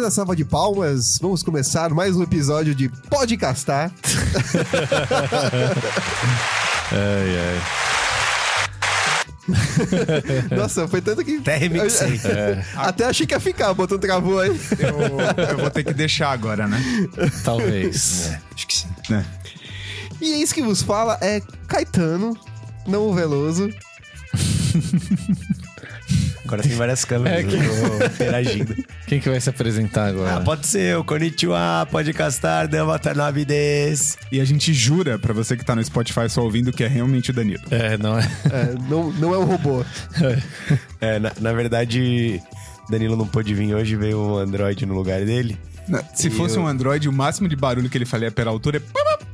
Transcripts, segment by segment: da salva de palmas, vamos começar mais um episódio de Podcastar. Ai, Nossa, foi tanto que. É. Até remixei. É. Até achei que ia ficar, o botão travou aí. Eu, eu vou ter que deixar agora, né? ai. Talvez. Acho que sim. E eis que vos fala é Caetano, não o Veloso. Agora tem várias câmeras É que- eu tô interagindo. Quem que vai se apresentar É. agora? Ah, pode ser o Konnichiwa, pode castar, né, dama tanabe des. E a gente jura pra você que tá no Spotify só ouvindo que é realmente o Danilo. É, não é. É, não, não é um robô. É, na, na verdade, Danilo não pôde vir hoje, veio um Android no lugar dele. Na- Se fosse um Android, o máximo de barulho que ele faria pela altura é. pá, pá, pá.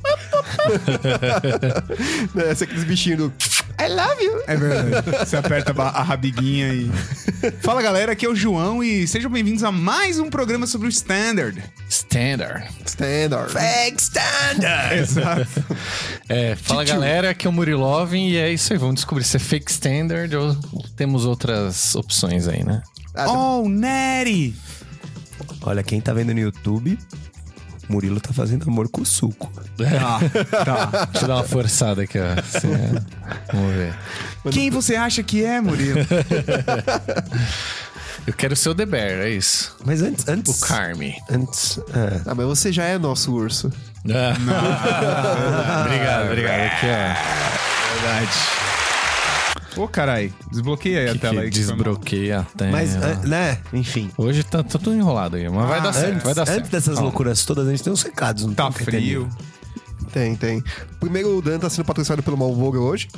É, esse é aqueles bichinhos do. I love you. É verdade. Você aperta a ba- a rabiguinha e. Fala galera, aqui é o João e sejam bem-vindos a mais um programa sobre o Standard. Standard. Standard. Bag standard! Exato. É, fala galera, aqui é o Murilovin e é isso aí. Vamos descobrir se é fake standard ou temos outras opções aí, né? tá. Ah, Oh, Neri! Olha, quem tá vendo no YouTube, Murilo tá fazendo amor com o suco. Ah, tá. Deixa eu dar uma forçada aqui, ó. Assim, ó. Vamos ver. Quem você acha que é, Murilo? Eu quero ser o The Bear, é isso. Mas antes, antes... O Carme. Antes... é. Ah, mas você já é nosso urso. Ah. obrigado, obrigado. Que, é, Verdade. Ô, carai, desbloqueia aí a que, tela aí. que que foi mal. desbloqueia até. Mas, an- né, enfim. Hoje tá, tá tudo enrolado aí, mas vai dar certo, antes, vai dar antes certo. dessas Ó, loucuras todas, a gente tem uns recados. Não Tá tem, frio. Tem, tem. Primeiro, o Dan tá sendo patrocinado pelo Malvogo hoje.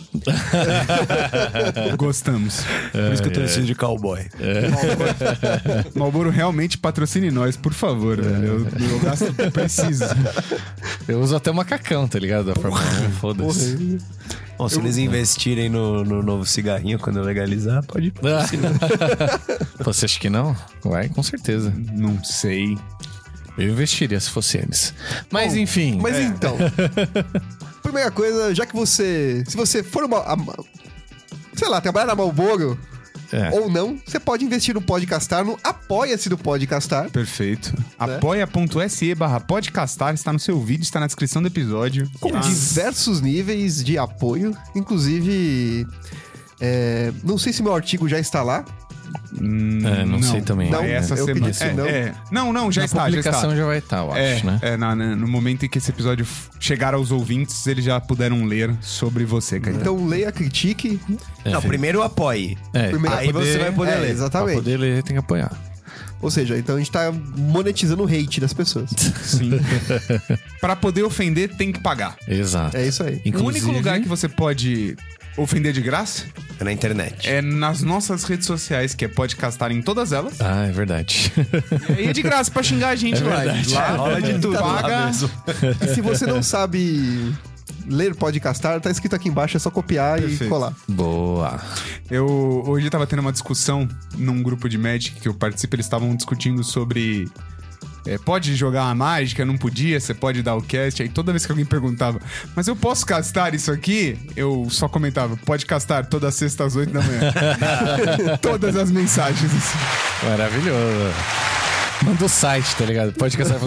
Gostamos. Por isso que eu É, tô vestido de cowboy. Malboro realmente patrocine nós, por É. favor, velho. Eu, eu gasto o que preciso. Eu uso até o macacão, tá ligado? Da forma. Foda-se. Ó, se eles investirem no, no novo cigarrinho quando eu legalizar, pode. Ah. Você acha que não? Vai, com certeza. Não sei. Eu investiria se fosse eles. Mas Bom, enfim. É. Mas então. Primeira coisa, já que você. Se você for uma. a- sei lá, trabalhar na Malboro É. ou não, você pode investir no Podcastar, no Apoia-se do Podcastar. Perfeito. É. Apoia.se barra podcastar está no seu vídeo, está na descrição do episódio. com diversos níveis de apoio, inclusive. é, não sei se meu artigo já está lá. É, não, sei também. Não, É essa eu semana. pedi É, não. é. não, não, já Na está, já publicação está. já, vai estar, eu É, acho, né? é na- na- no momento em que esse episódio f- chegar aos ouvintes, eles já puderam ler sobre você, Caetano. Então É. leia, critique. Não, primeiro apoie. É, Primeiro- Aí pra você vai poder É, ler. pra Exatamente. poder ler, tem que apoiar. Ou seja, então a gente tá monetizando o hate das pessoas. Sim. Então, Pra poder ofender, tem que pagar. Exato. é isso aí. O único lugar que você pode ofender de graça É na internet. é nas nossas redes sociais, que é podcastar em todas elas. Ah, é verdade. E é de graça pra xingar a gente lá. É Lá Lá rola de tudo. Tá Paga. lá Tá mesmo. E se você não sabe ler Podcastar, tá escrito aqui embaixo, é só copiar e Perfeito. colar. Boa. Eu hoje tava tendo uma discussão num grupo de Magic que eu participo, eles estavam discutindo sobre. é, pode jogar a mágica, não podia, você pode dar o cast. Aí toda vez que alguém perguntava, mas eu posso castar isso aqui? Eu só comentava, pode castar todas as sextas às oito da manhã. todas as mensagens. assim. Maravilhoso. Manda o site, tá ligado? Pode casar,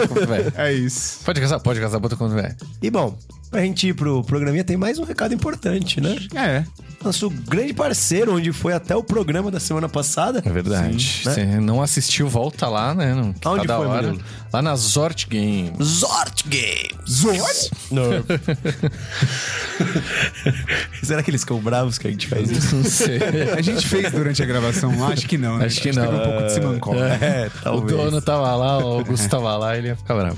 É isso. Pode casar, pode casar, bota quanto velho. E bom, pra gente ir pro programinha, tem mais um recado importante, né? É. Nosso grande parceiro, onde foi até o programa da semana passada. É verdade. Você não assistiu, volta lá, né? Não, que Aonde tá da foi, hora. Murilo? Lá na Zort Game. Zort Games! Zord? Não. Será que eles ficam bravos que a gente faz isso? Não sei. A gente fez durante a gravação lá, acho que não, né? Acho que A gente não. Teve um pouco de simancol. É, o talvez. dono tava lá, o Augusto tava lá, ele ia ficar bravo.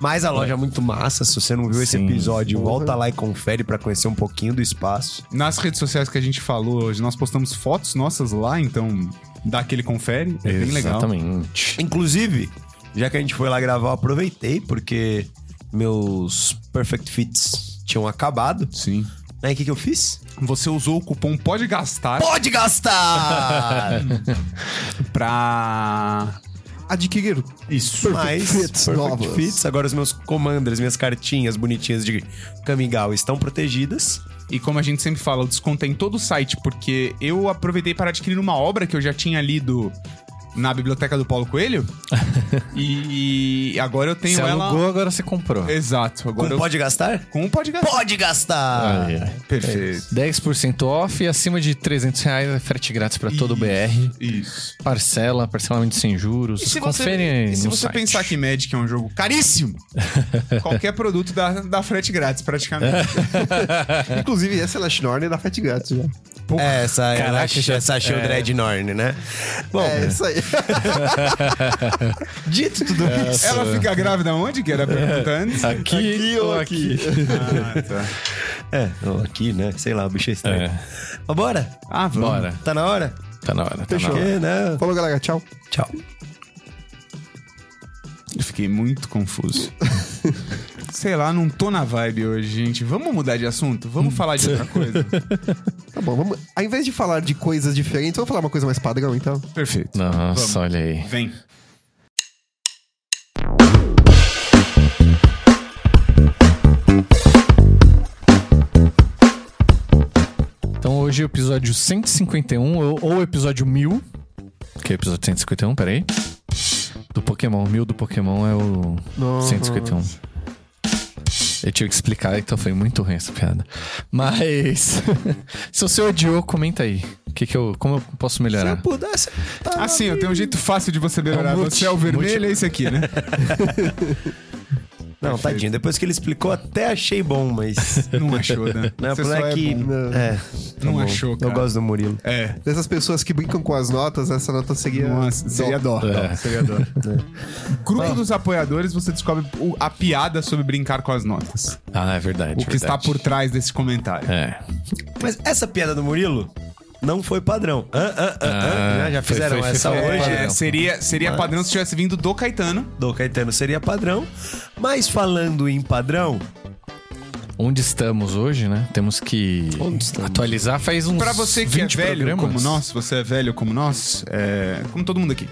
Mas a loja é muito massa. Se você não viu esse Sim. episódio, volta lá e confere pra conhecer um pouquinho do espaço. Nas redes sociais que a gente falou hoje, nós postamos fotos nossas lá, então dá aquele confere. É bem legal. Exatamente. Inclusive, já que a gente foi lá gravar, eu aproveitei, porque meus Perfect Fits tinham acabado. Sim. Aí o que, que eu fiz? Você usou o cupom Pode Gastar Ah. Pode gastar! pra. Adquirir. Isso. Mas, Fits Perfect novas. Fits, agora os meus commanders, minhas cartinhas bonitinhas de Kamigawa estão protegidas. E como a gente sempre fala, o desconto é em todo o site, porque eu aproveitei para adquirir uma obra que eu já tinha lido na biblioteca do Paulo Coelho. e agora eu tenho Você ela. alugou, agora você comprou. Exato. Com Agora eu- pode gastar? Com o podcast. Pode gastar! Ai, ai. Perfeito. 10% off e acima de 300 reais é frete grátis pra todo o BR. Isso. Parcela, parcelamento sem juros. E se você, Confere no e se você site. pensar que Magic é um jogo caríssimo, qualquer produto dá, dá frete grátis, praticamente. Inclusive, essa é a Schnorner da Fat né? Gatos, já. É, Essa, Caraca, essa, essa show Dread Norn, né? Bom, É, isso aí. dito tudo isso. Ela fica grávida onde? Que era a pergunta antes. É. Aqui, Aqui ou aqui? Ah, tá. É, ou aqui, né? Sei lá, o bicho é estranho. É. Mas bora? Ah, vamos. Bora. Tá na hora? Tá na hora, tá Fechou. na hora. É, né? Falou, galera. Tchau. Tchau. Eu fiquei muito confuso. Sei lá, não tô na vibe hoje, gente. Vamos mudar de assunto? Hum. Vamos falar de outra coisa? Tá bom, vamos. Ao invés de falar de coisas diferentes, vamos falar uma coisa mais padrão, então. Perfeito. Nossa, olha aí. Vem. Então hoje é o episódio 151, ou, ou o episódio 1000. Que é o episódio 151, peraí. Do Pokémon. 1000 do Pokémon é o Nossa. 151. Eu tive que explicar, então foi muito ruim essa piada. Mas. se você odiou, comenta aí. Que que eu, como eu posso melhorar? Pudesse. Tá. Assim, eu tenho um jeito fácil de você melhorar. É um multi- você é o vermelho, multi- é esse aqui, né? Não, tadinho. Depois que ele explicou, até achei bom, mas. Não achou, né? Não, o Você problema só é que. bom. bom. É, Não bom. achou, cara. Eu gosto do Murilo. É. Dessas pessoas que brincam com as notas, essa nota seria. Nossa, seria dó. É. Seria dó. Grupo dos apoiadores, você descobre o- a piada sobre brincar com as notas. Ah, é verdade. o que está por trás desse comentário. É. Mas essa piada do Murilo não foi padrão. Hã, hã, hã, hã. Ah, Já- já foi- fizeram foi- essa foi- foi hoje. padrão. É, seria seria Mas- padrão se tivesse vindo do Caetano. Do Caetano seria padrão. Mas falando em padrão, Onde estamos hoje, né? Temos que Onde estamos? atualizar faz uns Pra você que é 20 velho programas. como nós, você é velho como nós, é, como todo mundo aqui.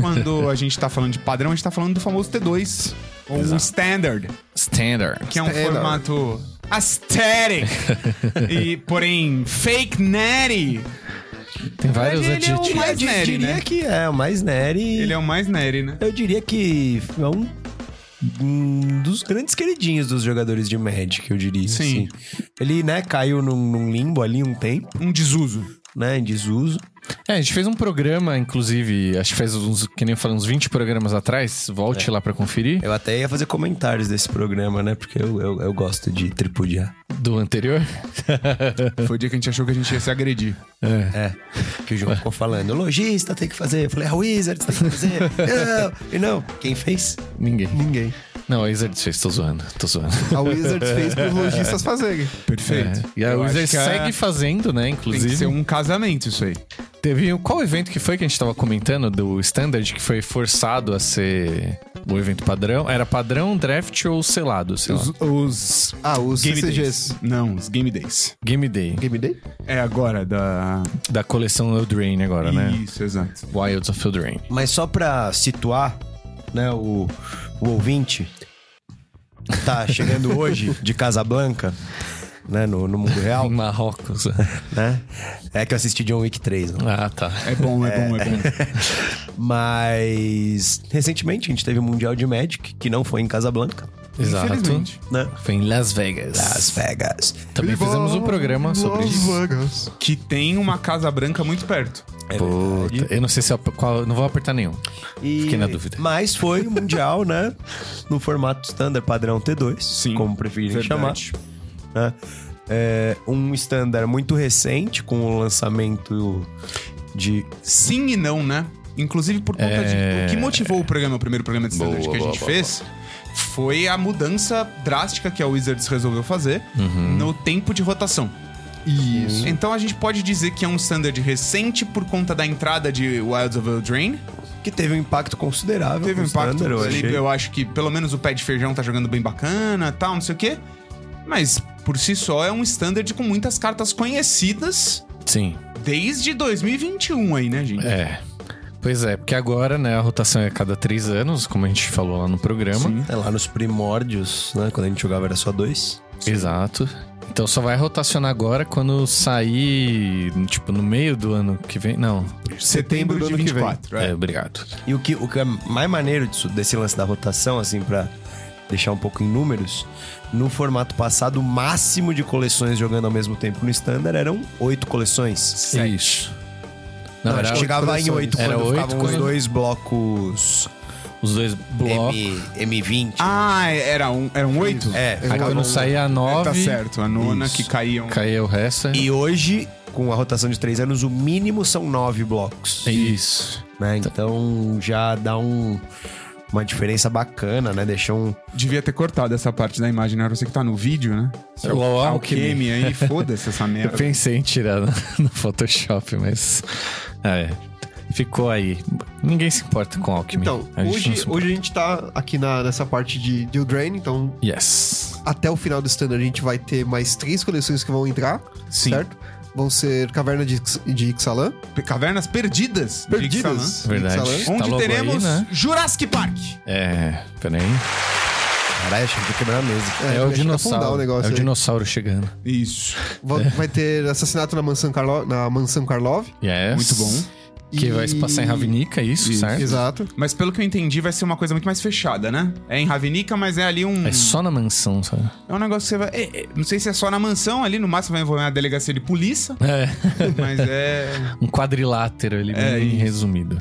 Quando a gente tá falando de padrão, a gente tá falando do famoso T2. Ou o Standard, Standard. que é um Standard. formato aesthetic. e, porém, fake nerdy. Tem vários Ele é um adjetivos. mais eu nerd, diria né? que é o mais nerd. Ele é o mais nerd, né? Eu diria que é um, um dos grandes queridinhos dos jogadores de Magic, eu diria. Sim. assim. Ele, né, caiu num, num limbo ali um tempo, Um desuso. né, em desuso. É, a gente fez um programa, inclusive, acho que faz uns, que nem eu falei, uns 20 programas atrás. É. Volte lá pra conferir. Eu até ia fazer comentários desse programa, né, porque eu, eu, eu gosto de tripudiar. Do anterior. Foi o dia que a gente achou que a gente ia se agredir. É, que o João ficou falando, o lojista tem que fazer. Eu falei, a Wizards tem que fazer. não, e não, quem fez? Ninguém. Ninguém. Não, a Wizards fez, tô zoando, tô zoando. A Wizards fez pros lojistas fazerem. Perfeito. É. E a Eu Wizards acho que a- segue fazendo, né? Tem Inclusive. que ser um casamento isso aí. Teve um- qual evento que foi que a gente tava comentando do Standard que foi forçado a ser o evento padrão? Era padrão, draft ou selado, sei lá. Os, os Ah, os Game CCGs. Days. Não, os Game Days. Game Day Game Day? É agora, da. da coleção Eldraine agora, né? Isso, exato. Wilds of Eldraine. Mas só pra situar, né, o, o ouvinte que tá chegando hoje de Casablanca, né, no, no mundo real, Em Marrocos. né? É que eu assisti John Wick 3, né? ah, tá. É bom, é, bom, é bom. Mas recentemente a gente teve o Mundial de Magic, que não foi em Casablanca, Exato. Infelizmente. né? Foi em Las Vegas. Las Vegas. Também fizemos um programa sobre Las isso. Vegas. Que tem uma Casa Branca muito perto. É verdade. Puta, eu não sei se eu, ap- qual, não vou apertar nenhum. E- Fiquei na dúvida. Mas foi o Mundial, né? No formato standard padrão T2, Sim, como preferirem chamar. verdade. né? É, um standard muito recente, com o lançamento de. Sim e não, né? Inclusive por conta de. O que motivou o programa, o primeiro programa de standard Boa, que a boa, gente boa, fez. Foi a mudança drástica que a Wizards resolveu fazer no tempo de rotação. Isso. Então a gente pode dizer que é um standard recente por conta da entrada de Wilds of Eldraine. que teve um impacto considerável. Teve um no impacto. standard, eu ali, achei. eu acho que pelo menos o pé de feijão tá jogando bem bacana tal, não sei o quê. Mas por si só é um standard com muitas cartas conhecidas Sim. desde 2021 aí, né, gente? É. Pois é, porque agora, né, a rotação é a cada três anos, como a gente falou lá no programa. Sim. É lá nos primórdios, né? Quando a gente jogava era só dois. Exato. Então só vai rotacionar agora quando sair, tipo, no meio do ano que vem. Não. Setembro do de ano que vem. 24. É, é. obrigado. E o que, o que é mais maneiro disso, desse lance da rotação, assim, pra deixar um pouco em números, no formato passado, o máximo de coleções jogando ao mesmo tempo no standard eram oito coleções. Isso. Não, Não, era acho que chegava em oito Era quando oito ficavam os quando- dois blocos os dois blocos. M, M20. Ah, era um, eram oito? é, Aí ficavam- quando saía a nove, Tá certo, a nona que caíam. caía o resto. é E hoje, com a rotação de três anos, o mínimo são nove blocos. É Isso. né? Então já dá um- uma diferença bacana, né? Deixou um. Devia ter cortado essa parte da imagem, não era você que tá no vídeo, né? Era o Alckmin. Alckmin aí, foda-se essa Eu merda. pensei em tirar no, no Photoshop, mas. É. Ficou aí. Ninguém se importa com Alckmin. Então, A gente não se hoje, importa. hoje a gente tá aqui na- nessa parte de Deal Drain, então Yes. até o final do standard a gente vai ter mais três coleções que vão entrar, Sim. certo? Vão ser Caverna de, Ix- de Ixalan. Cavernas perdidas. de Ixalan. Perdidas. Verdade. Ixalan. Tá Onde logo aí, teremos né? Jurassic Park. É. Peraí. Caralho, achei que ia quebrar a mesa. É, É, o acho que ia afundar dinossauro. o negócio é o aí. dinossauro chegando. Isso. Vai, É. vai ter Assassinato na Mansão, Karlo, na Mansão Karlov. Yes. Muito bom. Que E- vai se passar em Ravnica, é isso, Isso. certo? Exato. Mas pelo que eu entendi, vai ser uma coisa muito mais fechada, né? É em Ravenica, mas é ali um. É só na mansão, sabe? É um negócio que você vai. é- é- não sei se é só na mansão ali, no máximo vai envolver uma delegacia de polícia, É. mas é. Um quadrilátero ali, É, bem isso. resumido.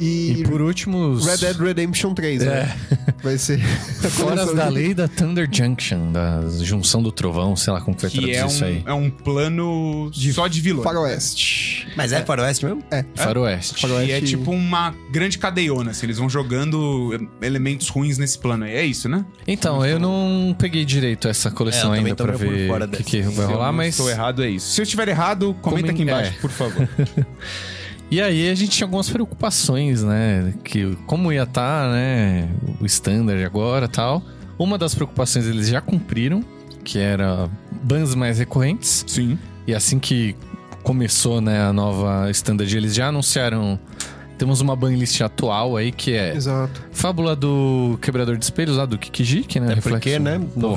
E, E por último, os... Red Dead Redemption 3, né? Vai ser... a Foras coleção da de- lei da Thunder Junction, da junção do trovão, sei lá como que vai Que traduzir é isso aí. um, é um plano só de vilões. Faroeste. Mas é faroeste mesmo? Faroeste. Faroeste. E é tipo uma grande cadeiona, assim, eles vão jogando eh, elementos ruins nesse plano aí. É isso, né? Então, eu não peguei direito essa coleção É, eu também ainda tô pra meio por ver fora o que, dessa. que vai Se eu rolar, não mas... Estou errado, é isso. Se eu estiver errado, comenta Como aqui em- embaixo, é. por favor. E aí a gente tinha algumas preocupações, né? Que como ia estar, né? O standard agora e tal. Uma das preocupações eles já cumpriram, que era bans mais recorrentes. Sim. E assim que começou, né, a nova standard, eles já anunciaram. Temos uma banlist atual aí que é Exato. Fábula do Quebrador de Espelhos, lá do Kikijiki, né? É porque, Reflexo. né? Pô,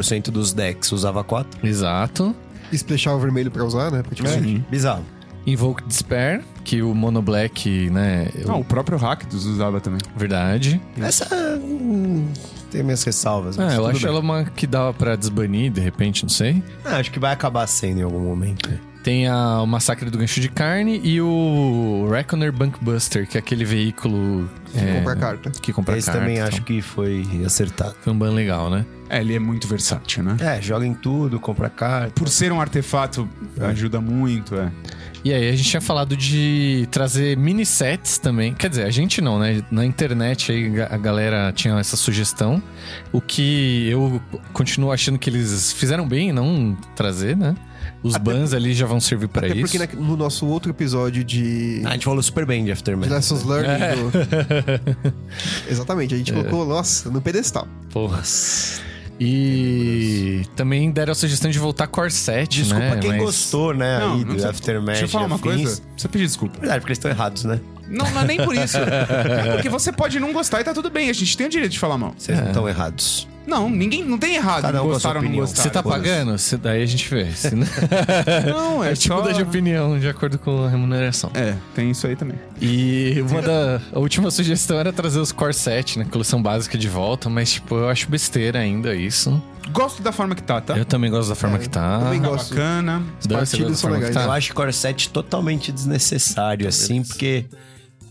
98% dos decks usava 4. Exato. Esplechar o vermelho pra usar, né? É. Porque, tipo, Sim. Bizarro. Invoke Despair, que o Mono Black, né? eu- Ah, o próprio Rakdos usava também. Verdade. Essa. hum, tem minhas ressalvas. Ah, mas É. eu tudo acho bem. ela uma que dava pra desbanir, de repente, não sei. Ah, acho que vai acabar sendo em algum momento. Tem a- o Massacre do Gancho de Carne e o Reckoner Bunkbuster, que é aquele veículo é, comprar carta. que compra Esse carta. também então. acho que foi acertado. Foi um ban legal, né? É, ele é muito versátil, né? É, joga em tudo, compra carta. Por ser um artefato, ajuda muito, é. E aí a gente tinha falado de trazer mini sets também. Quer dizer, a gente não, né? Na internet aí ga- a galera tinha essa sugestão. O que eu continuo achando que eles fizeram bem em não trazer, né? Os bans ali já vão servir pra Até É isso. É porque na- no nosso outro episódio de... Ah, a gente falou super bem de de Aftermath. Lessons é. Learned. do- Exatamente, a gente colocou, nossa, no pedestal. Porra. E também deram a sugestão de voltar corset, Desculpa né? quem Mas- gostou, né? Não, aí não do sei- Aftermath. Deixa eu falar uma afins. coisa. Você pedir desculpa. Verdade, porque eles estão errados, né? Não, não é nem por isso. É porque você pode não gostar e tá tudo bem. A gente tem o direito de falar mal. Vocês não estão errados. Não, ninguém não tem errado. Cada um não com a sua gostaram ou não opinião. gostaram. Você tá Cara, pagando? Cê- daí a gente vê. Se não- Não, é a gente só... muda de opinião de acordo com a remuneração. É, tem isso aí também. E uma da. A última sugestão era trazer os corset, né? Coleção básica de volta, mas, tipo, eu acho besteira ainda isso. Gosto da forma que tá, tá? Eu também gosto da forma É, que tá. também Tá gosto. bacana. Dan, você partidas gosta da são forma que legais, tá? Eu acho corset totalmente desnecessário, assim, porque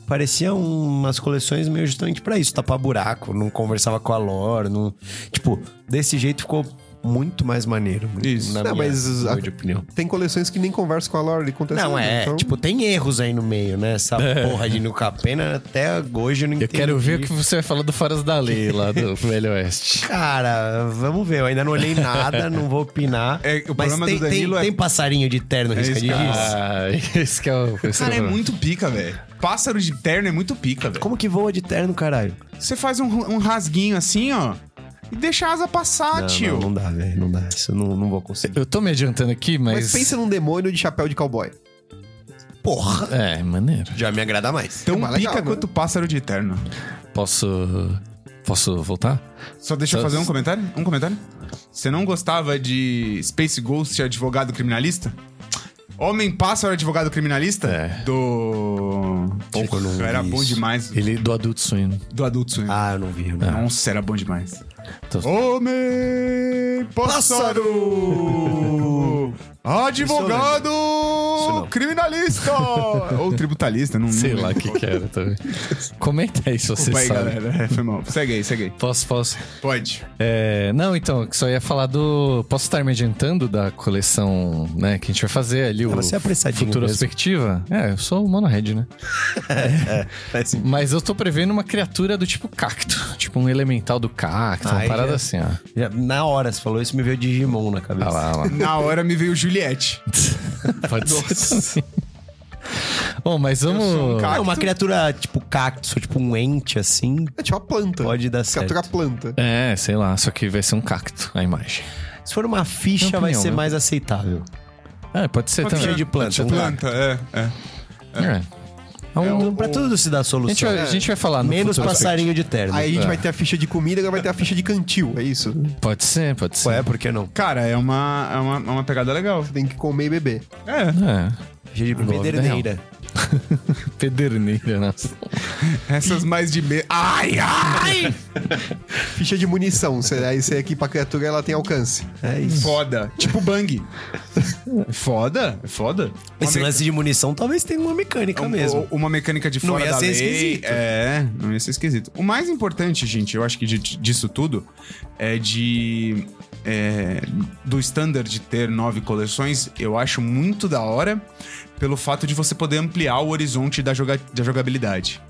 parecia umas coleções meio justamente pra isso, tapar buraco, não conversava com a lore, não... Tipo, desse jeito ficou muito mais maneiro. Isso. Na Não, minha mas os- humilde opinião. Tem coleções que nem conversam com a Lore, Tá acontece Não, nada, é, então- tipo, tem erros aí no meio, né? Essa porra de Nucapena até hoje eu não É. Eu entendi. quero ver o que você vai falar do Faras da Lei lá do Velho Oeste. Cara, vamos ver, eu ainda não olhei nada, não vou opinar. É, o mas problema tem, do Danilo tem, é- tem passarinho de terno isso risca que de eu ia giz? Ah, esse que é o. esse Cara, que é o- muito pica, velho. Pássaro de terno é muito pica, velho. Como que voa de terno, caralho? Você faz um, um rasguinho assim, ó, e deixa a asa passar, Não, tio. Ah, Não, não dá, velho. Não dá. Isso eu não, não vou conseguir. Eu tô me adiantando aqui, mas. Mas pensa num demônio de chapéu de cowboy. Porra! É, maneiro. Já me agrada mais. Tão Mas pica legal, né? quanto pássaro de terno. Posso Posso voltar? Só deixa eu Só- fazer um comentário? Um comentário? Você não gostava de Space Ghost advogado criminalista? Homem Pássaro advogado criminalista? É. Do. Pô, eu não vi era bom isso. demais. Ele do Adult Swim. Do adulto Swim. Ah, eu não vi. Eu não vi. Nossa, era bom demais. É. Tô- Homem Pássaro! Advogado criminalista! Ou tributalista, não Sei não lá o lembro. que que era também. é Comenta aí se você Desculpa aí, sabe. galera. É, foi mal. Segue aí, segue aí. Posso, posso. Pode. É, não, então, que só ia falar do. Posso estar me adiantando da coleção, né, que a gente vai fazer ali, o Você é apressadinho mesmo. Futurospectiva. É, eu sou o monohead, né? Ah. Faz sentido. Mas eu tô prevendo uma criatura do tipo cacto. Tipo um elemental do cacto, uma Aí parada já- assim, ó. Já- na hora, você falou isso, me veio Digimon na cabeça. Olha Ah lá, olha lá. Na hora me veio Juliette. Pode ser também. Bom, mas vamos. sou um cara- É uma criatura tipo cacto, tipo um ente assim. É tipo uma planta. Pode dar Captura a planta. É, sei lá, só que vai ser um cacto a imagem. Se for uma ficha, Minha vai opinião, ser né? mais aceitável. É, pode ser Pode também. ser. Cheio de planta. um cacto. Planta, é, é. É. É um- Então, pra tudo se dá a, gente solução. vai, É. a gente vai falar no Menos futuro. passarinho de terno. Aí a gente vai ter a ficha de comida, agora vai ter a ficha de cantil, é isso? Você Pode ser, pode ser. Ué, por que tipo, não? Cara, é uma, é uma, é uma pegada legal. tem que comer e beber. É. É. Ficha de Igual a vida pederneira. Pederneira, nossa. Essas mais de me... Ai, ai! Ficha de munição, será? Aí você aqui pra criatura ela tem alcance. É Hum. isso. Foda. Tipo bang. Foda? É foda? Uma Esse me- lance de munição talvez tenha uma mecânica É um- mesmo. o- Uma mecânica de Não fora ia da ser lei. esquisito. É, não ia ser esquisito. O mais importante, gente, eu acho que de- disso tudo, é de... é, do standard de ter nove coleções, eu acho muito da hora pelo fato de você poder ampliar o horizonte da, joga- da jogabilidade.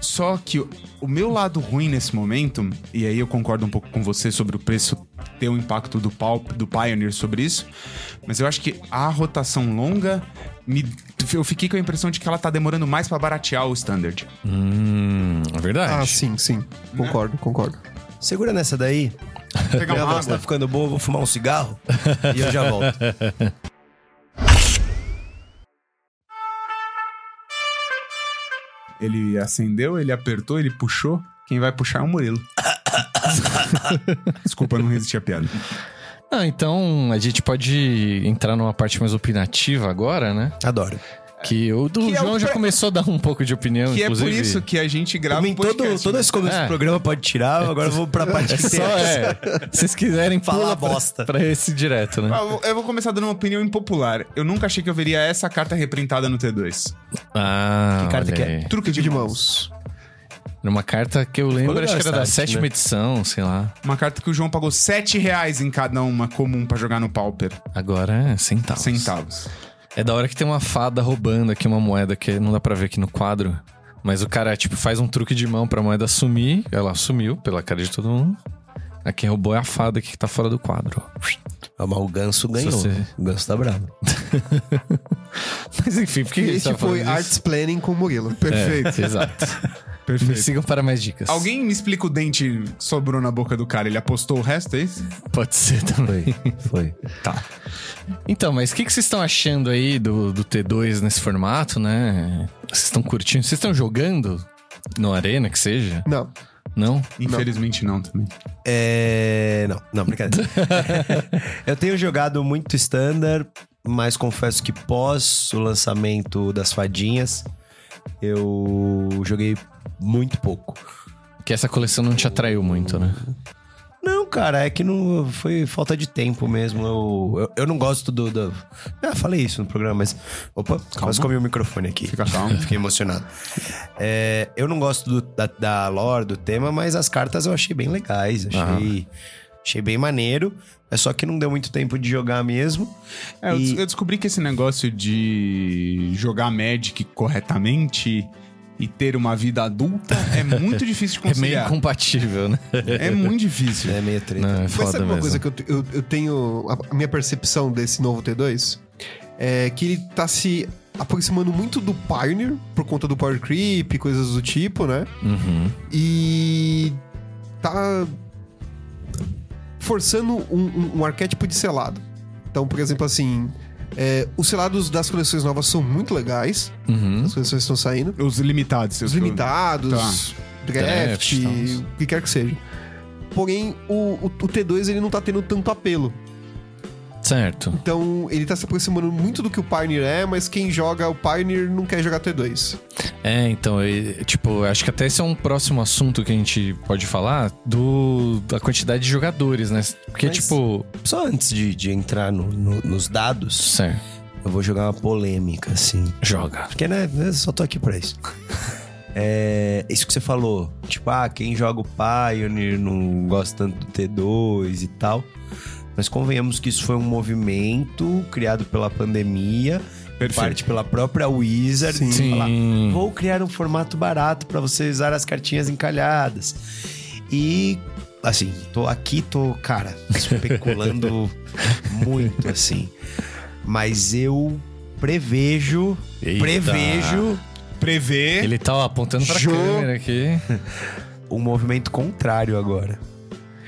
Só que o- o meu lado ruim nesse momento, e aí eu concordo um pouco com você sobre o preço ter o impacto do, pau- do Pioneer sobre isso, mas eu acho que a rotação longa, me- eu fiquei com a impressão de que ela tá demorando mais pra baratear o standard. Hum, é verdade. Ah, sim, sim. Concordo, concordo. Segura nessa daí. Pegar Minha uma voz tá água. ficando boa, vou fumar um cigarro e eu já volto. Ele acendeu, ele apertou, ele puxou. Quem vai puxar é o Murilo. Desculpa, eu não resisti à piada. Ah, então a gente pode entrar numa parte mais opinativa agora, né? Adoro. Que o do Que é João o já pre- começou a dar um pouco de opinião, Que é por inclusive. isso que a gente grava Pra um mim, todo, podcast. todo né? esse começo É. do programa pode tirar, agora eu vou pra parte que É só, tem. é. Se vocês quiserem, Falar pula pra- bosta. Pra, esse direto, né? Ah, eu vou- Eu vou começar dando uma opinião impopular. Eu nunca achei que eu veria essa carta reprintada no T2. Ah, Que carta olha que é? aí. Truque de mãos. Era uma carta que eu lembro, legal acho que essa era da arte, sétima né? edição, sei lá. Uma carta que o João pagou R$ 7 reais em cada uma comum pra jogar no Pauper. Agora é centavos. Centavos. É da hora que tem uma fada roubando aqui uma moeda que não dá pra ver aqui no quadro. Mas o cara, tipo, faz um truque de mão pra moeda sumir. Ela sumiu pela cara de todo mundo. A quem roubou é a fada aqui que tá fora do quadro. Ah, mas o ganso ganhou. você- O ganso tá bravo. Mas enfim, por que E a gente este tá falando foi disso? Arts Planning com o Murilo. Perfeito. É, exato. Me Perfeito. sigam para mais dicas. Alguém me explica o dente sobrou na boca do cara. Ele apostou o resto, é isso? Pode ser também. Foi. Tá. Então, mas o que, que vocês estão achando aí do, do T2 nesse formato, né? Vocês estão curtindo? Vocês estão jogando? No Arena, que seja? Não. Não? Infelizmente não, também. É. Não, não, brincadeira. eu tenho jogado muito standard, mas confesso que pós o lançamento das fadinhas, eu joguei muito pouco. Que essa coleção não te atraiu muito, né? Não, cara, é que não foi falta de tempo mesmo. Eu, eu, eu não gosto do, do. Ah, falei isso no programa, mas. Opa, quase comi o microfone aqui. Fica calmo. Fiquei emocionado. É, eu não gosto do- da, da lore, do tema, mas as cartas eu achei bem legais. Achei, achei bem maneiro. É só que não deu muito tempo de jogar mesmo. É, eu, E- des- eu descobri que esse negócio de jogar Magic corretamente e ter uma vida adulta é muito difícil de É meio conciliar. incompatível, né? É muito difícil. É meio treta. Né? Não, é Mas foda sabe uma mesmo. coisa que eu, eu, eu tenho. A, a minha percepção desse novo T2 é que ele tá se aproximando muito do Pioneer por conta do Power Creep, coisas do tipo, né? Uhum. E. tá. forçando um, um- um arquétipo de selado. Então, por exemplo, assim. é, os selados das coleções novas são muito legais. Uhum. As coleções que estão saindo. Os limitados. Os limitados. draft, Draft, tal. o que quer que seja. Porém, o, o- o T2 ele não tá tendo tanto apelo. Certo. Então, ele tá se aproximando muito do que o Pioneer é, mas quem joga o Pioneer não quer jogar T2. É, então, e, tipo, acho que até esse é um próximo assunto que a gente pode falar do da quantidade de jogadores, né? Porque, Mas- tipo. Só antes de, de entrar no- no- nos dados, Certo. eu vou jogar uma polêmica, assim. Joga. Porque, né, eu só tô aqui pra isso. É, isso que você falou, tipo, ah, quem joga o Pioneer não gosta tanto do T2 e tal. Mas convenhamos que isso foi um movimento criado pela pandemia, Perfeito. parte pela própria Wizard. de falar, Sim. Vou criar um formato barato pra você usar as cartinhas encalhadas. E, assim, tô aqui, tô, cara, especulando muito, assim. Mas eu prevejo, Eita. prevejo Prever. Ele tá ó, apontando pra Jo- câmera aqui. um movimento contrário agora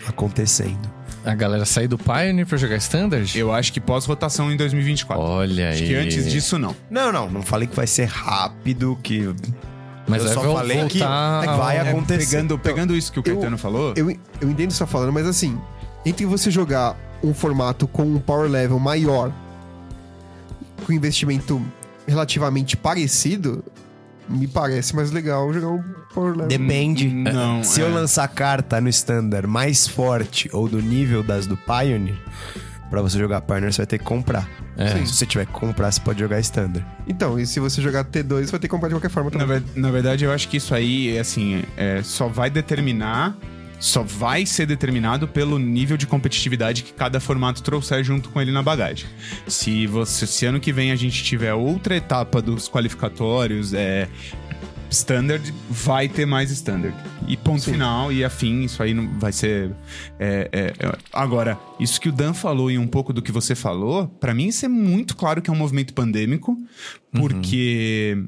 acontecendo. A galera sair do Pioneer pra jogar Standard? Eu acho que pós-rotação em 2024. Olha aí. acho que antes disso, não. Não, não, não falei que vai ser rápido, que Mas eu aí só vão falei que voltar é que vai ao- acontecer. Pegando, pegando isso que o Caetano falou, Eu, eu entendo o que você tá falando, mas assim, entre você jogar um formato com um power level maior, com investimento relativamente parecido, me parece mais legal jogar um power level. Depende. Não, Se é. eu lançar carta no standard mais forte ou do nível das do Pioneer, pra você jogar Pioneer, você vai ter que comprar. É. Se você tiver que comprar, você pode jogar standard. Então, e se você jogar T2, vai ter que comprar de qualquer forma Na, também. ver- na verdade, eu acho que isso aí, é assim, é, só vai determinar, só vai ser determinado pelo nível de competitividade que cada formato trouxer junto com ele na bagagem. Se você, se ano que vem a gente tiver outra etapa dos qualificatórios, é standard, vai ter mais standard. E ponto final, e afim, isso aí não vai ser. é, é, é. Agora, isso que o Dan falou e um pouco do que você falou, pra mim isso é muito claro que é um movimento pandêmico, porque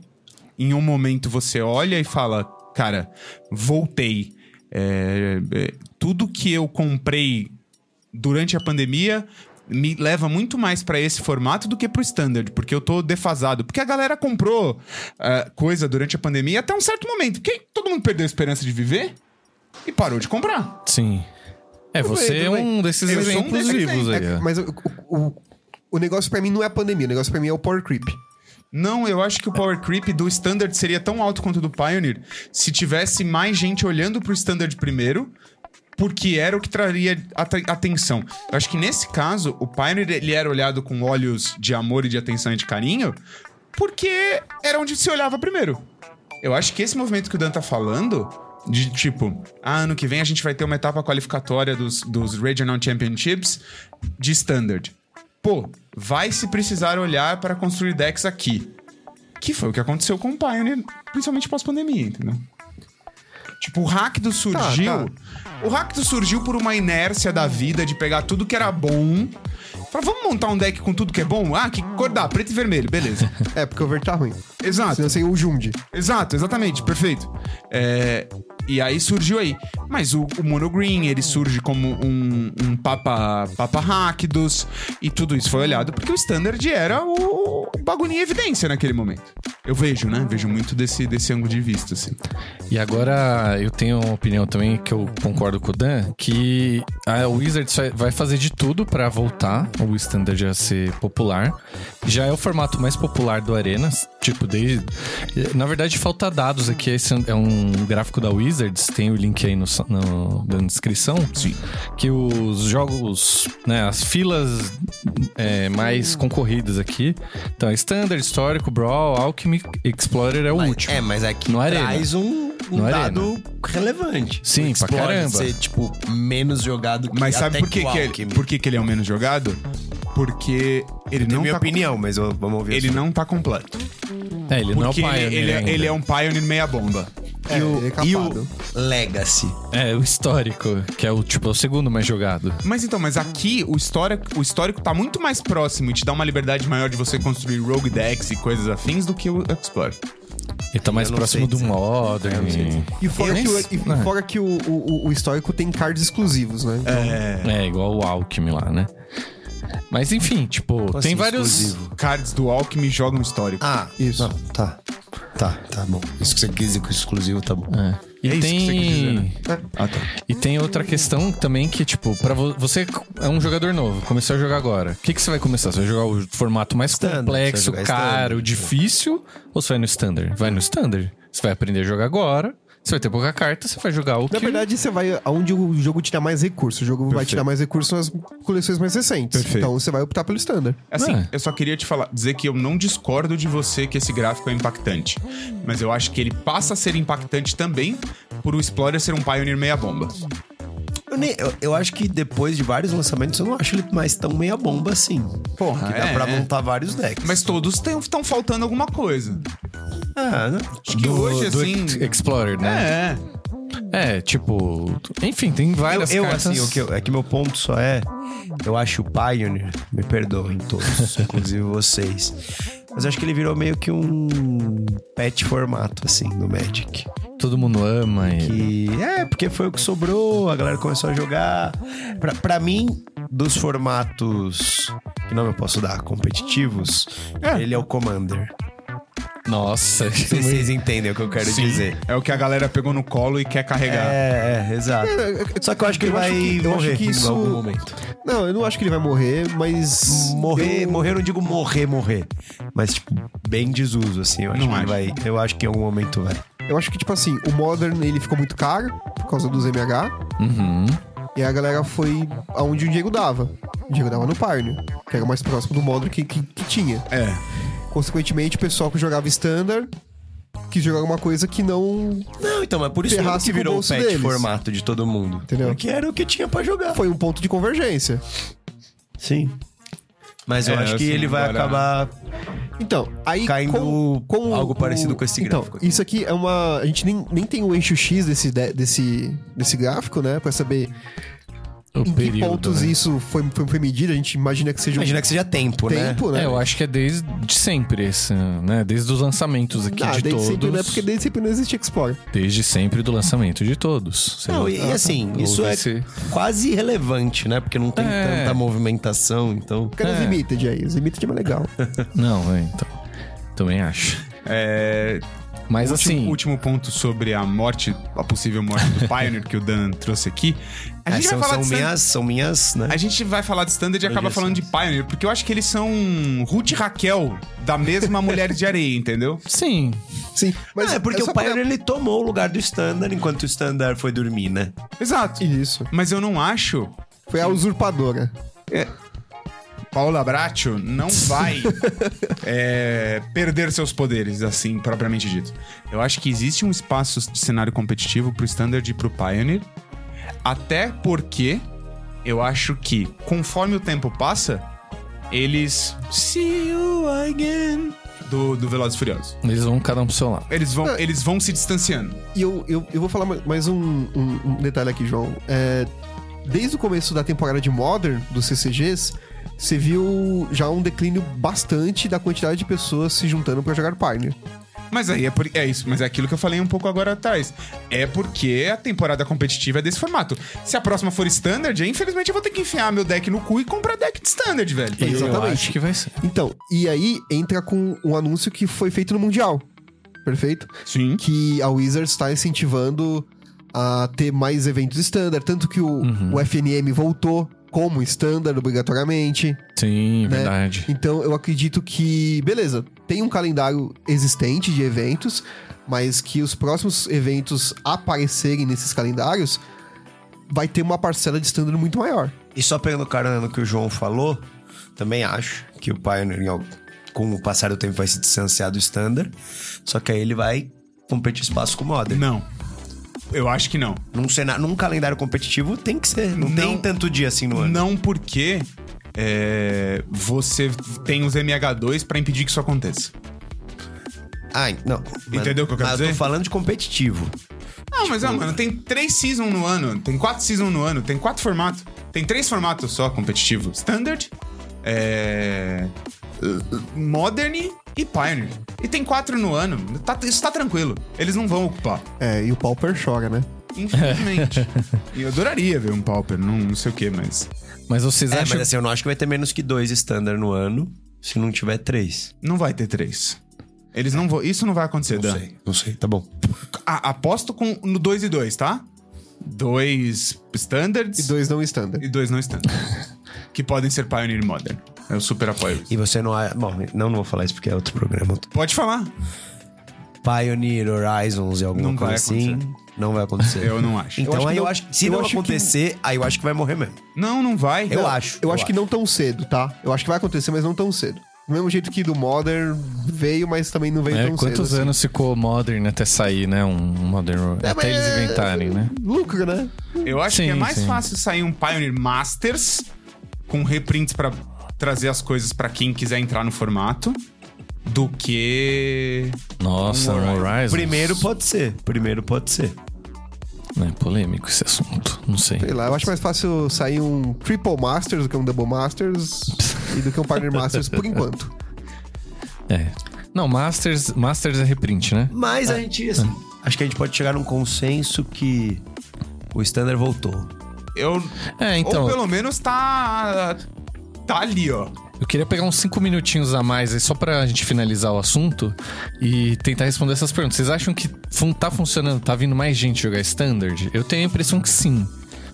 em um momento você olha e fala, cara, voltei. É, é, tudo que eu comprei durante a pandemia me leva muito mais pra esse formato do que pro standard, porque eu tô defasado. Porque a galera comprou ah, coisa durante a pandemia até um certo momento. Porque todo mundo perdeu a esperança de viver e parou de comprar. Sim. É, Tudo você bem, é tudo um Eu desses sou um exemplos desses vivos aí. É, ó. mas o, o, o- o negócio pra mim não é a pandemia, o negócio pra mim é o power creep. Não, eu acho que o power creep do standard seria tão alto quanto o do Pioneer se tivesse mais gente olhando pro standard primeiro, porque era o que traria ata- atenção. Eu acho que nesse caso, o Pioneer ele era olhado com olhos de amor e de atenção e de carinho, porque era onde se olhava primeiro. Eu acho que esse movimento que o Dan tá falando, de tipo, ah, ano que vem a gente vai ter uma etapa qualificatória dos, dos Regional Championships de Standard. Pô, vai se precisar olhar para construir decks aqui. Que foi o que aconteceu com o Pioneer, principalmente pós-pandemia, entendeu? Tipo, o Rakdos surgiu. O Rakdos surgiu por uma inércia da vida de pegar tudo que era bom. Falar, vamos montar um deck com tudo que é bom? Ah, que cor dá? Preto e vermelho, beleza. É, porque o verde tá ruim. Exato. Senão seria o Jundi. Exato, exatamente, perfeito. É, e aí surgiu aí. Mas o, o Mono Green, ele surge como um, um Papa, Papa Rakdos, e tudo isso foi olhado porque o Standard era o, o bagulho em evidência naquele momento. Eu vejo, né? Vejo muito desse, desse ângulo de vista, assim. E agora eu tenho uma opinião também que eu concordo com o Dan, que a Wizards vai- vai fazer de tudo pra voltar o standard a ser popular. Já é o formato mais popular do Arenas, tipo desde na verdade falta dados aqui, esse é um gráfico da Wizards, tem o link aí no, no- na descrição. Sim. Que os jogos, né, as filas é, mais concorridas aqui. Então, é Standard, Histórico, Brawl, Alchemy, Explorer é o último. É, mas aqui No Arena. traz um, um No dado relevante. Sim, O pra Explode caramba. ser, tipo, menos jogado que Mas até sabe por que, o que, ele, Alchemy. por que, que ele é o menos jogado? Porque ele Tem não É minha tá, opinião, mas eu- vamos ouvir. ele não tá completo. É, ele não é o Porque Pioneer. ele, ele, é- ainda. ele é um Pioneer meia bomba. É, E o, ele é e capado. o Legacy. É, o histórico, que é o tipo é o segundo mais jogado. Mas então, mas aqui o histórico, o histórico tá muito mais próximo e te dá uma liberdade maior de você construir rogue decks e coisas afins do que o Explore. Ele tá mais Eu não próximo sei do dizer. Eu Modern. não sei dizer. E fora, Eu que, o, nem- e Ah. fora que o, o- o histórico tem cards exclusivos, né? É, igual o Alchemy lá, né? Mas enfim, tipo, tem assim, vários. exclusivo? Cards do Alckmin jogam um histórico. Ah, Isso. Não, tá. Tá, tá bom. Isso que você quis dizer com exclusivo, tá bom. É. E É isso que tem... você quis dizer, né? Ah, tá. E tem outra questão também que, tipo, para você é um jogador novo, começou a jogar agora. O que, que você vai começar? Você vai jogar o formato mais Standard, complexo, você vai jogar caro, standard. é. difícil? Ou você vai no standard? Vai no standard. Você vai aprender a jogar agora, você vai ter pouca carta, você vai jogar o Na que... verdade, você vai aonde o jogo tirar mais recurso. O jogo vai Perfeito. tirar mais recurso nas coleções mais recentes. Perfeito. Então você vai optar pelo standard. Assim, É. eu só queria te falar, dizer que eu não discordo de você que esse gráfico é impactante. Mas eu acho que ele passa a ser impactante também por o Explorer ser um Pioneer meia-bomba. Eu, nem, eu, eu acho que depois de vários lançamentos, eu não acho ele mais tão meia bomba assim. Porra, Que dá é, pra é. montar vários decks. Mas todos estão faltando alguma coisa. Ah, né? Acho que hoje, do assim. Ex- Explorer, né? É. É, tipo... Enfim, tem Eu, várias eu, cartas... assim, o que eu- é que meu ponto só é. Eu acho o Pioneer, me perdoem todos, inclusive vocês. Mas eu acho que ele virou meio que um pet formato, assim, no Magic. Todo mundo ama e... Que é, porque foi o que sobrou, a galera começou a jogar. Pra, pra mim, dos formatos que não eu posso dar competitivos, ele é o Commander. Nossa... Vocês entendem o que eu quero Sim, dizer. É o que a galera pegou no colo e quer carregar. É, é, exato. Só que eu acho que eu ele vai acho que- eu acho morrer que isso- em algum momento. Não, eu não acho que ele vai morrer, mas. Morrer, eu- morrer, eu não digo morrer, morrer. Mas, tipo, bem desuso, assim. Eu acho Não que ele vai. acho. Eu acho que em algum momento vai. Eu acho que, tipo assim, o Modern ele ficou muito caro por causa dos MH. Uhum. E a galera foi aonde o Diego dava. O Diego dava no Pioneer, que era o mais próximo do Modern que, que, que tinha. É. Consequentemente, o pessoal que jogava Standard quis jogar alguma coisa que não. Não, então, mas por isso isso Ferrasse que que virou com o bolso virou o pet pet deles. formato de todo mundo. Entendeu? Porque era o que tinha pra jogar. Foi um ponto de convergência. Sim. Mas eu É, acho que assim, ele vai agora- acabar. Então, aí. Caindo algo parecido com esse então, gráfico aqui. Isso aqui é uma. A gente nem, nem tem o eixo X desse, de- desse, desse gráfico, né? Pra saber O em que período, pontos né? isso foi, foi, foi medido. A gente imagina que seja um Imagina que seja tempo, né? tempo, né? É, eu acho que é desde sempre esse, né? Desde os lançamentos aqui Ah, de desde todos. sempre, né? Porque desde sempre não existe Explorer. Desde sempre do lançamento de todos. Sei Não, lá. Ah, e, e assim, Ou isso é esse- quase irrelevante, né? Porque não tem É. tanta movimentação, então. Cadê os É. Limited aí? Os Limited é mais legal. Não, é, então. Também acho. É, Mas último, assim, último ponto sobre a morte, a possível morte do Pioneer que o Dan trouxe aqui. A É, gente são, vai falar são de Standard- minhas, são minhas, né? A gente vai falar de Standard e acaba falando de Pioneer, porque eu acho que eles são Ruth e Raquel da mesma Mulher de Areia, entendeu? sim. Sim, mas ah, é porque só o pra- Pioneer ele tomou o lugar do Standard enquanto o Standard foi dormir, né? Exato. Isso. Mas eu não acho. Foi a usurpadora. Paula Bracho não vai é, perder seus poderes, assim, propriamente dito. Eu acho que existe um espaço de cenário competitivo pro Standard e pro Pioneer. Até porque eu acho que, conforme o tempo passa, eles. See you again. Do, do Velozes e Furiosos. Eles vão cada um pro seu lado. Eles vão, eles vão se distanciando. E eu, eu, eu vou falar ma- mais um, um- um detalhe aqui, João. É, desde o começo da temporada de Modern, dos CCGs, você viu já um declínio bastante da quantidade de pessoas se juntando pra jogar Pioneer. Mas aí é, por- é isso, mas é aquilo que eu falei um pouco agora atrás. É porque a temporada competitiva é desse formato. Se a próxima for standard, aí, infelizmente eu vou ter que enfiar meu deck no cu e comprar deck de standard, velho. Eu Exatamente. acho que vai ser. Então, e aí entra com um anúncio que foi feito no Mundial. Perfeito? Sim. que a Wizards está incentivando a ter mais eventos standard, tanto que o, o FNM voltou como standard obrigatoriamente. Sim, Né? verdade. Então eu acredito que, beleza, tem um calendário existente de eventos, mas que os próximos eventos aparecerem nesses calendários vai ter uma parcela de standard muito maior. E só pegando carona no que o João falou, também acho que o Pioneer, em al- com o passar do tempo, vai se distanciar do Standard. Só que aí ele vai competir espaço com o Modern. Não. Eu acho que não. Num, cenário, num calendário competitivo tem que ser. Não, Não. tem tanto dia assim no ano. Não porque é, você tem os MH2 pra impedir que isso aconteça. Ah, não. Entendeu o que eu quero mas dizer? tô falando de competitivo. Não, Tipo, mas ah, mano, tem três seasons no ano, tem quatro seasons no ano, tem quatro formatos. Tem três formatos só competitivo: Standard, é, uh, uh, Modern e Pioneer. E tem quatro no ano. Tá- isso tá tranquilo. Eles não vão ocupar. É, e o Pauper chora, né? Infelizmente. E eu adoraria ver um Pauper, não, não sei o que, mas. Mas vocês É, acham. mas assim, eu não acho que vai ter menos que dois Standard no ano, se não tiver três. Não vai ter três. Eles não vão. Isso não vai acontecer, Dan. não sei, tá bom. Ah, aposto com, no 2 e 2, tá? Dois standards E dois não standard. e dois não standards. que podem ser Pioneer e Modern. Eu super apoio. E você não. a- Bom, não, não vou falar isso porque é outro programa. Pode falar. Pioneer Horizons e alguma Não vai coisa assim. Não vai acontecer. Eu não acho. Então Eu acho que aí eu não- acho que se eu não acho que- acontecer, aí eu acho que vai morrer mesmo. Não, não vai. Eu acho. Eu acho que não tão cedo, tá? Eu acho que vai acontecer, mas não tão cedo. Do mesmo jeito que do Modern veio, mas também não veio É, Então, tão quantos assim. cedo. assim. anos ficou Modern até sair, né? Um Modern. É, até mas eles é- inventarem, né? Lucro, né? Eu acho que é Sim, mais sim. fácil sair um Pioneer Masters com reprints pra trazer as coisas pra quem quiser entrar no formato do que Um Nossa, um Horizon. Horizon. Primeiro pode ser. Primeiro pode ser. É polêmico esse assunto. Não sei. Sei lá, eu acho mais fácil sair um Triple Masters do que um Double Masters e do que um Pioneer Masters por enquanto. É. Não, Masters, Masters é reprint, né? Mas a gente, assim, acho que a gente pode chegar num consenso que o Standard voltou. eu É, então. ou pelo menos tá tá ali, ó. Eu queria pegar uns cinco minutinhos a mais aí, só pra gente finalizar o assunto e tentar responder essas perguntas. Vocês acham que fun tá funcionando? Tá vindo mais gente jogar Standard? Eu tenho a impressão que sim.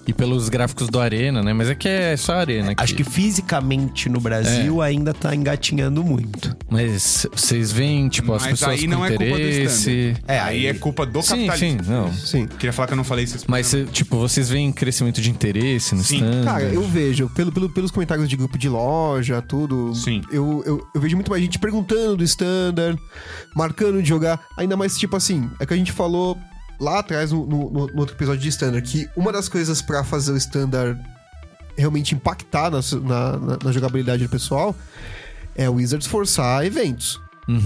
E pelos gráficos do Arena, né? Mas é que é só Arena. Acho que fisicamente no Brasil É. ainda tá engatinhando muito. Mas vocês veem, tipo, as Mas pessoas aí com não é culpa do interesse. standard. É, aí é culpa do sim, sim, capitalismo. não. Sim. Queria falar que eu não falei isso. Mas, cê- tipo, vocês veem crescimento de interesse no Sim. Standard? Cara, eu vejo, pelo, pelo- pelos comentários de grupo de loja, tudo. Sim. Eu, eu, eu vejo muito mais gente perguntando do standard, marcando de jogar. Ainda mais, tipo assim, é que a gente falou lá atrás no, no- no- no outro episódio de standard, que uma das coisas pra fazer o standard realmente impactar na, su- na- na- na jogabilidade do pessoal é o Wizards forçar eventos.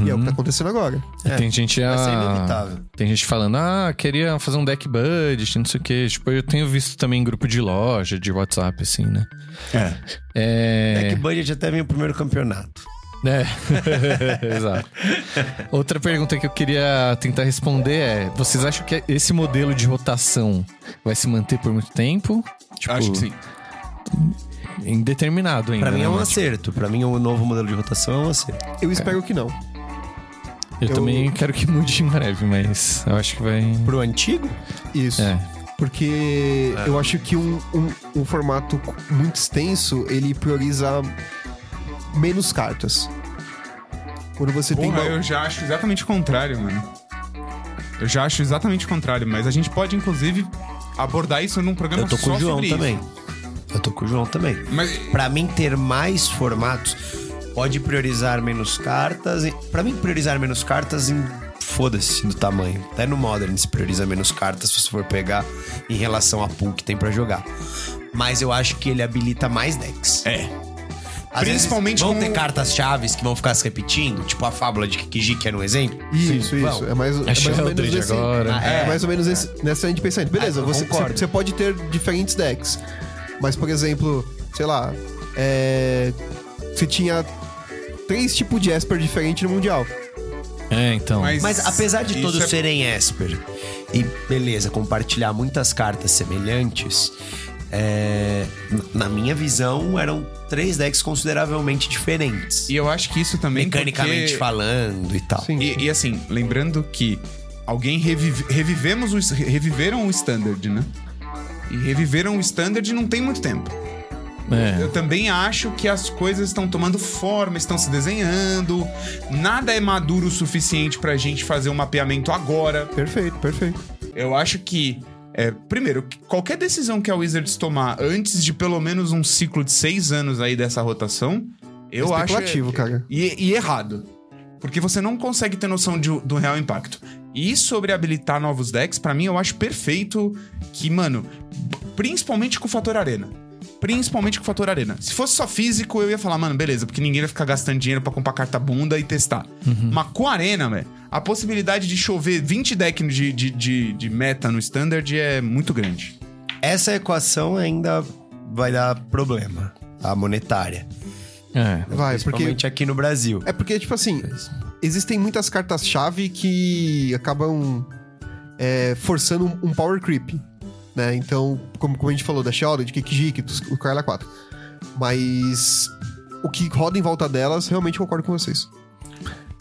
E é o que tá acontecendo agora. E Tem gente a... Vai ser inevitável. Tem gente falando, ah, queria fazer um deck budget, não sei o quê. Tipo, eu tenho visto também em grupo de loja, de WhatsApp, assim, né? É, É. que Budget até vem o primeiro campeonato. É. Exato. Outra pergunta que eu queria tentar responder é: vocês acham que esse modelo de rotação vai se manter por muito tempo? Tipo, acho que sim. Indeterminado ainda. Pra mim né? é um Mas, tipo, acerto. Pra mim o novo modelo de rotação é um acerto. Eu espero que não. Eu, eu- também quero que mude em breve, mas eu acho que vai. Pro antigo? Isso. É. Porque É. eu acho que um, um, um formato muito extenso, ele prioriza menos cartas. Quando você tem... Porra, uma- eu já acho exatamente o contrário, mano. Eu já acho exatamente o contrário, mas a gente pode, inclusive, abordar isso num programa Eu tô com só o João sobre também. Eu tô com o João também. isso. Mas Pra mim ter mais formatos pode priorizar menos cartas. e- Pra mim priorizar menos cartas em foda-se do tamanho. Até no Modern se prioriza menos cartas se você for pegar em relação a pool que tem pra jogar. Mas eu acho que ele habilita mais decks. é, Às Principalmente vezes vão com- ter cartas chaves que vão ficar se repetindo, tipo a fábula de Kikijiki era um exemplo. Isso, Sim, isso. É mais, é É mais ou menos Sheldred esse... agora. É. mais ou menos esse, nessa gente pensando. É, Beleza, Ah, eu você, concordo. você pode ter diferentes decks. Mas, por exemplo, sei lá... É, você tinha três tipos de Esper diferentes no Mundial. É, então. Mas apesar de isso todos é- serem Esper e beleza, compartilhar muitas cartas semelhantes, é, n- na minha visão eram três decks consideravelmente diferentes, E eu acho que isso também. mecanicamente porque- falando e tal. Sim. E, e assim, lembrando que alguém revive, revivemos o, reviveram o standard, né? E reviveram o standard não tem muito tempo. É. Eu também acho que as coisas estão tomando forma, estão se desenhando. Nada é maduro o suficiente pra gente fazer um mapeamento agora. Perfeito, perfeito. Eu acho que. é, primeiro, que qualquer decisão que a Wizards tomar antes de pelo menos um ciclo de seis anos aí dessa rotação, eu acho. Especulativo, cara. E, e errado. Porque você não consegue ter noção de- do real impacto. E sobre habilitar novos decks, pra mim eu acho perfeito que, mano, principalmente com o fator arena. Principalmente com o fator arena. Se fosse só físico, eu ia falar, mano, beleza, porque ninguém vai ficar gastando dinheiro pra comprar carta bunda e testar. Mas com arena, velho, a possibilidade de chover 20 decks de, de, de, de meta no standard é muito grande. Essa equação ainda vai dar problema, a monetária, É. Ah, Vai, porque principalmente aqui no Brasil. É porque, tipo assim, existem muitas cartas-chave que acabam é, forçando um, um power creep, né? Então, como, como a gente falou, da Sheldon, de Kikijiki, do Carla 4. Mas o que roda em volta delas, realmente concordo com vocês.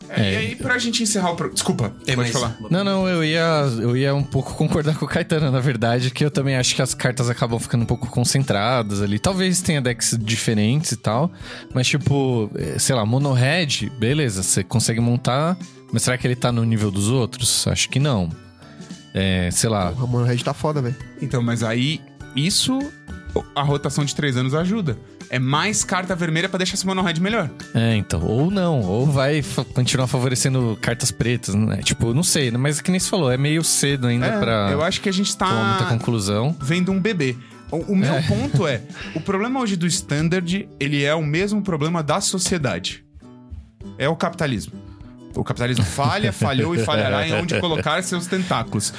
É, E aí, pra gente encerrar o. Pro... Desculpa, pode falar. Não, não, eu ia, eu ia um pouco concordar com o Caetano, na verdade, que eu também acho que as cartas acabam ficando um pouco concentradas ali. Talvez tenha decks diferentes e tal, mas tipo, eh, sei lá, mono red, beleza, você consegue montar, mas será que ele tá no nível dos outros? Acho que não. É, sei lá. O Ramon Red tá foda, velho. Então, mas aí, isso. A rotação de três anos ajuda. É mais carta vermelha pra deixar esse mono red melhor. É, então, ou não, ou vai fa- continuar favorecendo cartas pretas, né? Tipo, não sei, mas é que nem você falou, é meio cedo ainda É, pra eu acho que a gente tomar muita tá conclusão. vendo um bebê. O, o meu ponto é, o problema hoje do standard, ele é o mesmo problema da sociedade. É o capitalismo. O capitalismo falha, falhou e falhará em onde colocar seus tentáculos.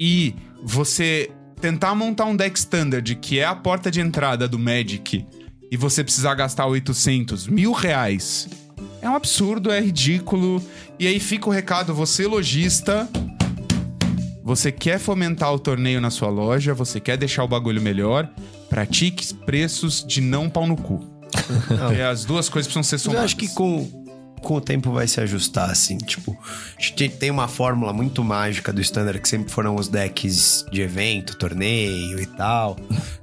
E você tentar montar um deck standard, que é a porta de entrada do Magic, e você precisar gastar 800 mil reais, é um absurdo, é ridículo. E aí fica o recado, você lojista... Você quer fomentar o torneio na sua loja, você quer deixar o bagulho melhor, pratique preços de não pau no cu. Porque as duas coisas precisam ser Mas É, eu somadas. acho que com, com o tempo vai se ajustar, assim. Tipo, a gente tem uma fórmula muito mágica do standard que sempre foram os decks de evento, torneio e tal.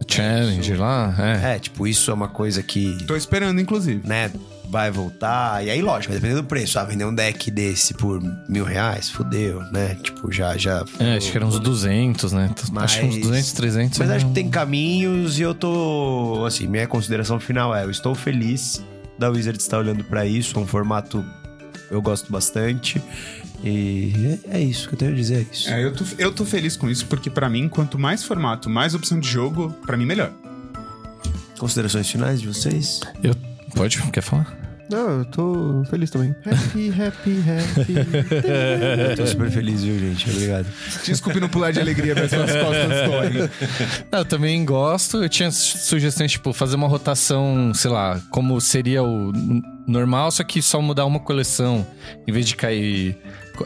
Challenge lá, é. É, tipo, isso é uma coisa que, Tô esperando, inclusive. né, vai voltar. E aí, lógico, vai depender do preço. Ah, vender um deck desse por mil reais, fodeu, né? Tipo, já, já. É, acho que eram uns 200, né? Acho que uns Mas- 200, 300. Mas né? acho que tem caminhos e eu tô. Assim, minha consideração final é: eu estou feliz da Wizard estar olhando pra isso. É um formato eu gosto bastante. E é é isso que eu tenho a dizer. É isso. É, eu, tô, eu tô feliz com isso, porque pra mim, quanto mais formato, mais opção de jogo, pra mim melhor. Considerações finais de vocês? Eu... Pode? Quer falar? Não, eu tô feliz também. Happy, happy, happy. Eu tô super feliz, viu, gente? Obrigado. Desculpe não pular de alegria, mas suas costas doem. Não, eu também gosto. Eu tinha su- sugestões, tipo, fazer uma rotação, sei lá, como seria o n- normal, só que só mudar uma coleção. Em vez de cair.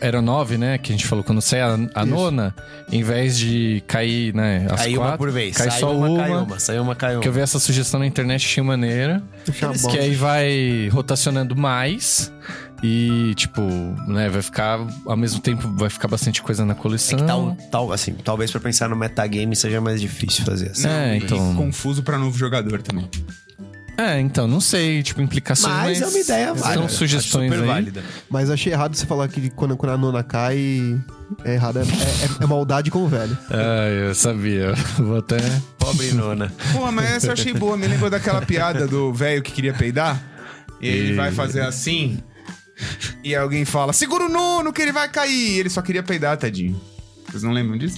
Era nove, né? Que a gente falou, quando sai a, a nona, em vez de cair, né? As Caiu quatro, uma por vez. Cai Saiu só uma, uma. caiu uma. Saiu uma, caiu Que eu uma. vi essa sugestão na internet, achei maneira. Puxa Tá a Que bola. aí vai rotacionando mais. E, tipo, né, vai ficar. Ao mesmo tempo, vai ficar bastante coisa na É coleção. que tal, tal, assim, talvez pra pensar no metagame seja mais difícil fazer assim. É, então. E confuso pra novo jogador também. É, então, não sei, tipo, implicações. Mas é uma ideia válida. São Acho sugestões super aí. válida. Mas achei errado você falar que quando, quando a nona cai, é errado. É, é- é maldade com o velho. Ah, eu sabia. Vou até. Pobre nona. Pô, mas essa eu achei boa. Me lembrou daquela piada do velho que queria peidar. E ele vai fazer assim. E alguém fala: segura o nono que ele vai cair. Ele só queria peidar, tadinho. Vocês não lembram disso?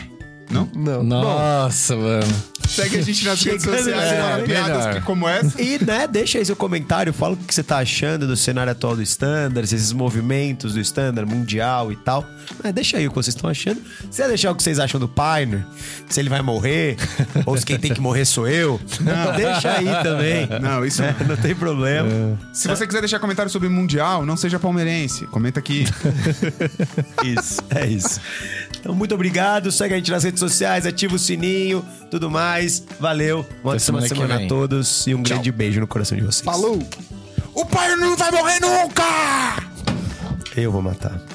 Não? Não. Bom, Nossa, mano. Segue a gente nas redes Chegando, sociais né? fala piadas Melhor. que- como essa. E, né, deixa aí seu comentário, fala o que você tá achando do cenário atual do Standard, esses movimentos do Standard mundial e tal. Mas deixa aí o que vocês estão achando. Você vai deixar o que vocês acham do Pioneer? Se ele vai morrer? ou se quem tem que morrer sou eu? Deixa aí também. Não, isso né? não. Não É. tem problema. Se você quiser deixar comentário sobre Mundial, não seja palmeirense. Comenta aqui. Isso, é isso. Então, muito obrigado. Segue a gente nas redes sociais, ativa o sininho, tudo mais. Valeu. Uma Até ótima semana que semana a vem. todos e um grande beijo no coração de vocês. falou! o pai não vai morrer nunca! Eu vou matar.